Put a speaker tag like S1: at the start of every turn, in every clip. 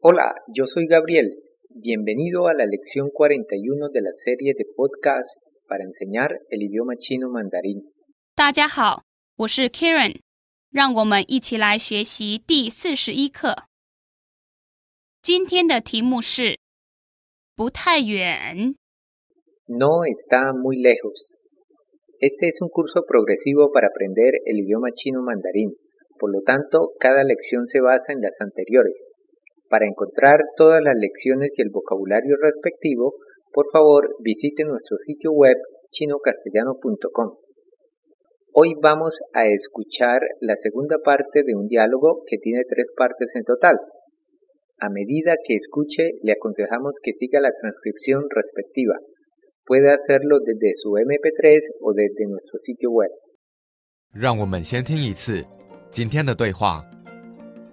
S1: Hola, yo soy Gabriel. Bienvenido a la lección 41 de la serie de podcast para enseñar el idioma chino mandarín.
S2: 大家好，我是 Karen，让我们一起来学习第四十一课。今天的题目是不太远。
S1: No está muy lejos. Este es un curso progresivo para aprender el idioma chino mandarín. Por lo tanto, cada lección se basa en las anteriores. Para encontrar todas las lecciones y el vocabulario respectivo, por favor visite nuestro sitio web chinocastellano.com. Hoy vamos a escuchar la segunda parte de un diálogo que tiene tres partes en total. A medida que escuche, le aconsejamos que siga la transcripción respectiva. Puede hacerlo desde su MP3 o desde nuestro sitio web.
S3: 让我们先听一次今天的对话。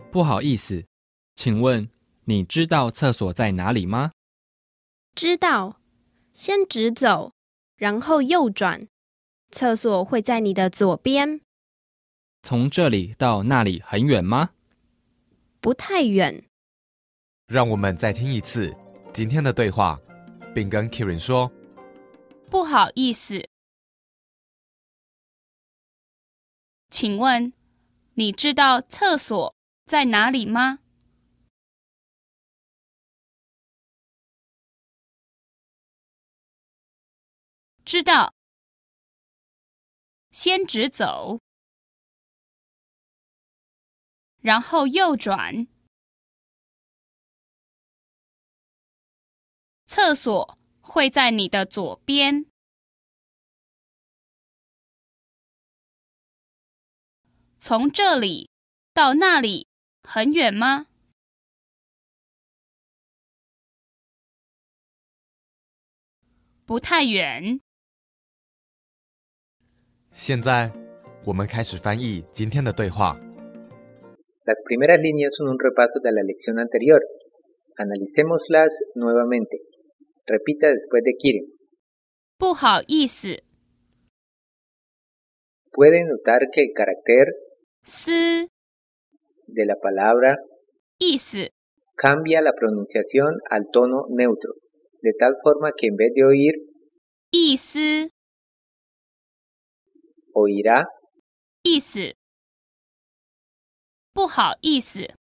S4: 不好意思，请问你知道厕所在哪里吗？
S5: 知道，先直走，然后右转，厕所会在你的左边，
S4: 从这里到那里很远吗？
S5: 不太远。
S3: 让我们再听一次今天的对话，并跟 Kieran 说。
S2: 不好意思，请问你知道厕所在哪里吗？知道，先直走，然后右转。厕所会在你的左边，从这里到那里很远吗？不太远。
S3: 现在，我们开始翻译今天的对话。
S1: Las primeras líneas son un repaso de la lección anterior. Analicémoslas nuevamente. Repita después de Kirin.
S2: 不好意思，
S1: Puede notar que el carácter
S2: 思
S1: de la palabra
S2: 意思，
S1: cambia la pronunciación al tono neutro, de tal forma que en vez de oír,
S2: 意思，
S1: oirá
S2: 意思。不好意思，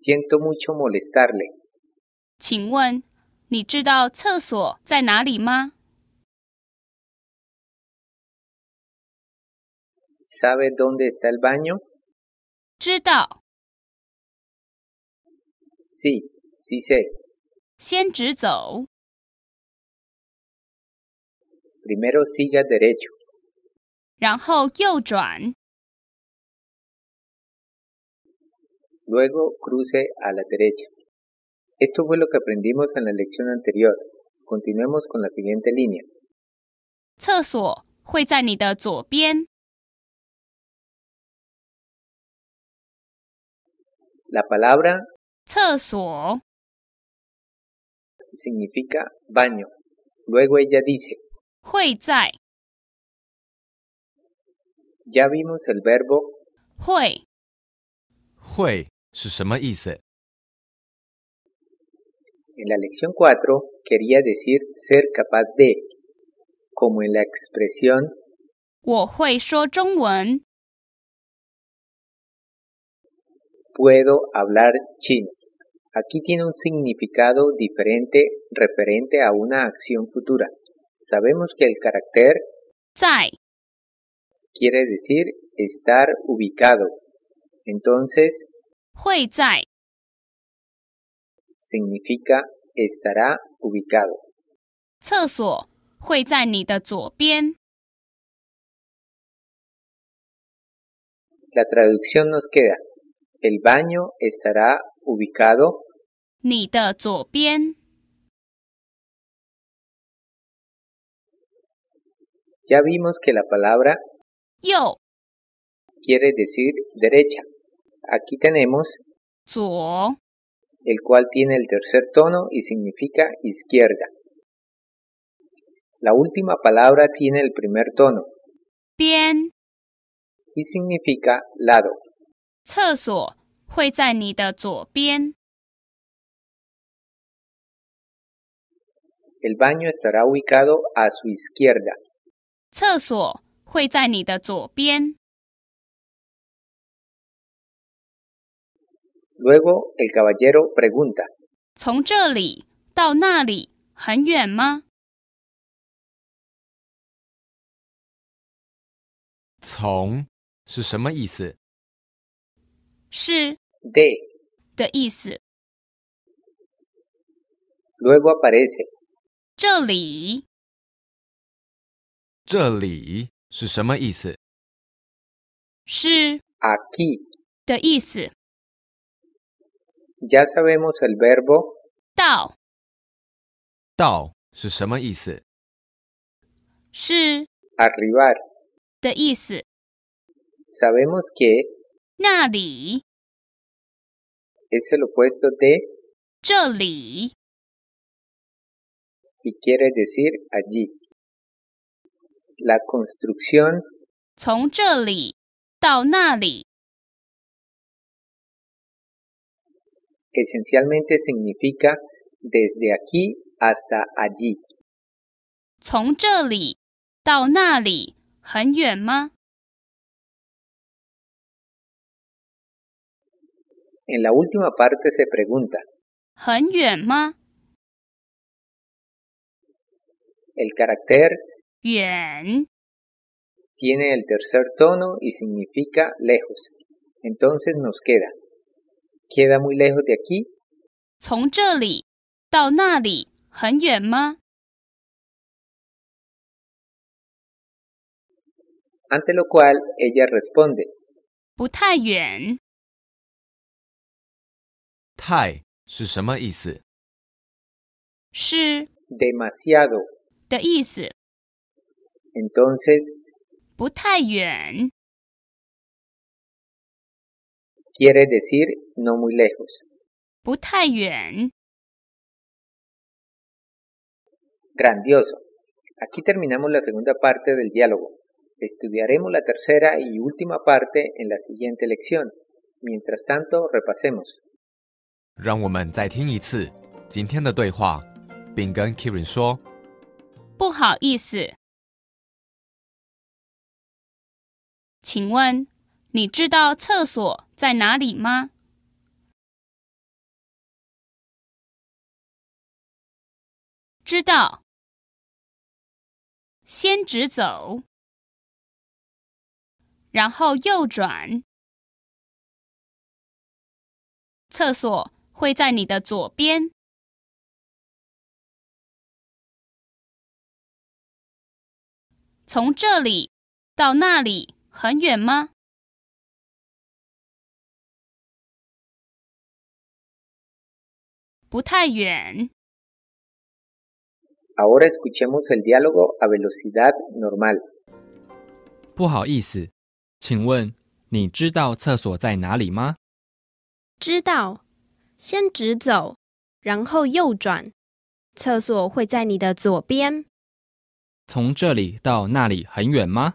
S1: siento mucho molestarle.
S2: 请问你知道厕所在哪里吗？
S1: ¿Sabe dónde está el baño?
S2: 知道，
S1: Sí, sí sé.
S2: 先直走，
S1: Primero siga derecho,
S2: 然后右转，
S1: luego cruce a la derecha. Esto fue lo que aprendimos en la lección anterior. Continuemos con la siguiente línea.
S2: 厕所会在你的左边，
S1: La palabra
S2: 厕所
S1: significa baño. Luego ella dice,
S2: 会在
S1: ya vimos el verbo
S2: 会
S3: 会是什么意思？
S1: En la lección 4 quería decir ser capaz de, como en la expresión
S2: 我会说中文，
S1: puedo hablar chino. Aquí tiene un significado diferente referente a una acción futura. Sabemos que el carácter
S2: 在
S1: quiere decir estar ubicado. Entonces,
S2: 会在
S1: significa estará ubicado.
S2: 厕所会在你的左边，
S1: La traducción nos queda, el baño estará ubicado
S2: 你的左边。
S1: Ya vimos que la palabra
S2: 右、
S1: quiere decir derecha. Aquí tenemos
S2: 左、
S1: el cual tiene el tercer tono y significa izquierda. La última palabra tiene el primer tono
S2: 边。
S1: y significa lado.
S2: 厕所会在你的左边。
S1: El baño estará ubicado a su izquierda.
S2: 厕所会在你的左边，
S1: Luego el caballero pregunta,
S2: 从这里到那里很远吗？
S3: 从是什么意思？
S2: 是
S1: de.
S2: 的意思。
S1: Luego aparece,
S2: 这里
S3: 这里是什么意思？
S2: 是
S1: aquí.
S2: 的意思。
S1: Ya sabemos el verbo
S2: 到
S3: 到是什么意思？
S2: 是
S1: arribar.
S2: 的意思。
S1: Sabemos que
S2: 那里
S1: es el opuesto de
S2: 这里
S1: y quiere decir allí. La construcción
S2: 从这里到那里，
S1: esencialmente significa desde aquí hasta allí.
S2: 从这里到那里很远吗？
S1: En la última parte se pregunta,
S2: 很远吗？
S1: el carácter
S2: 远
S1: tiene el tercer tono y significa lejos. Entonces nos queda. Queda muy lejos de aquí,
S2: 从这里到那里很远吗？
S1: ante lo cual ella responde,
S2: 不太远，
S3: 太是什么意思？
S2: 是
S1: demasiado.
S2: 的意思。
S1: Entonces
S2: 不太远，
S1: quiere decir no muy lejos.
S2: 不太远。
S1: Grandioso. Aquí terminamos la segunda parte del diálogo. Estudiaremos la tercera y última parte en la siguiente lección. Mientras tanto, repasemos.
S3: 让我们再听一次今天的对话，并跟 Kirin 说
S2: 不好意思，请问你知道厕所在哪里吗？知道。先直走，然后右转。厕所会在你的左边。从这里到那里很远吗？不太远。
S1: Ahora escuchemos el diálogo a velocidad normal.
S4: 不好意思，请问你知道厕所在哪里吗？
S5: 知道，先直走，然后右转，厕所会在你的左边，
S4: 从这里到那里很远吗？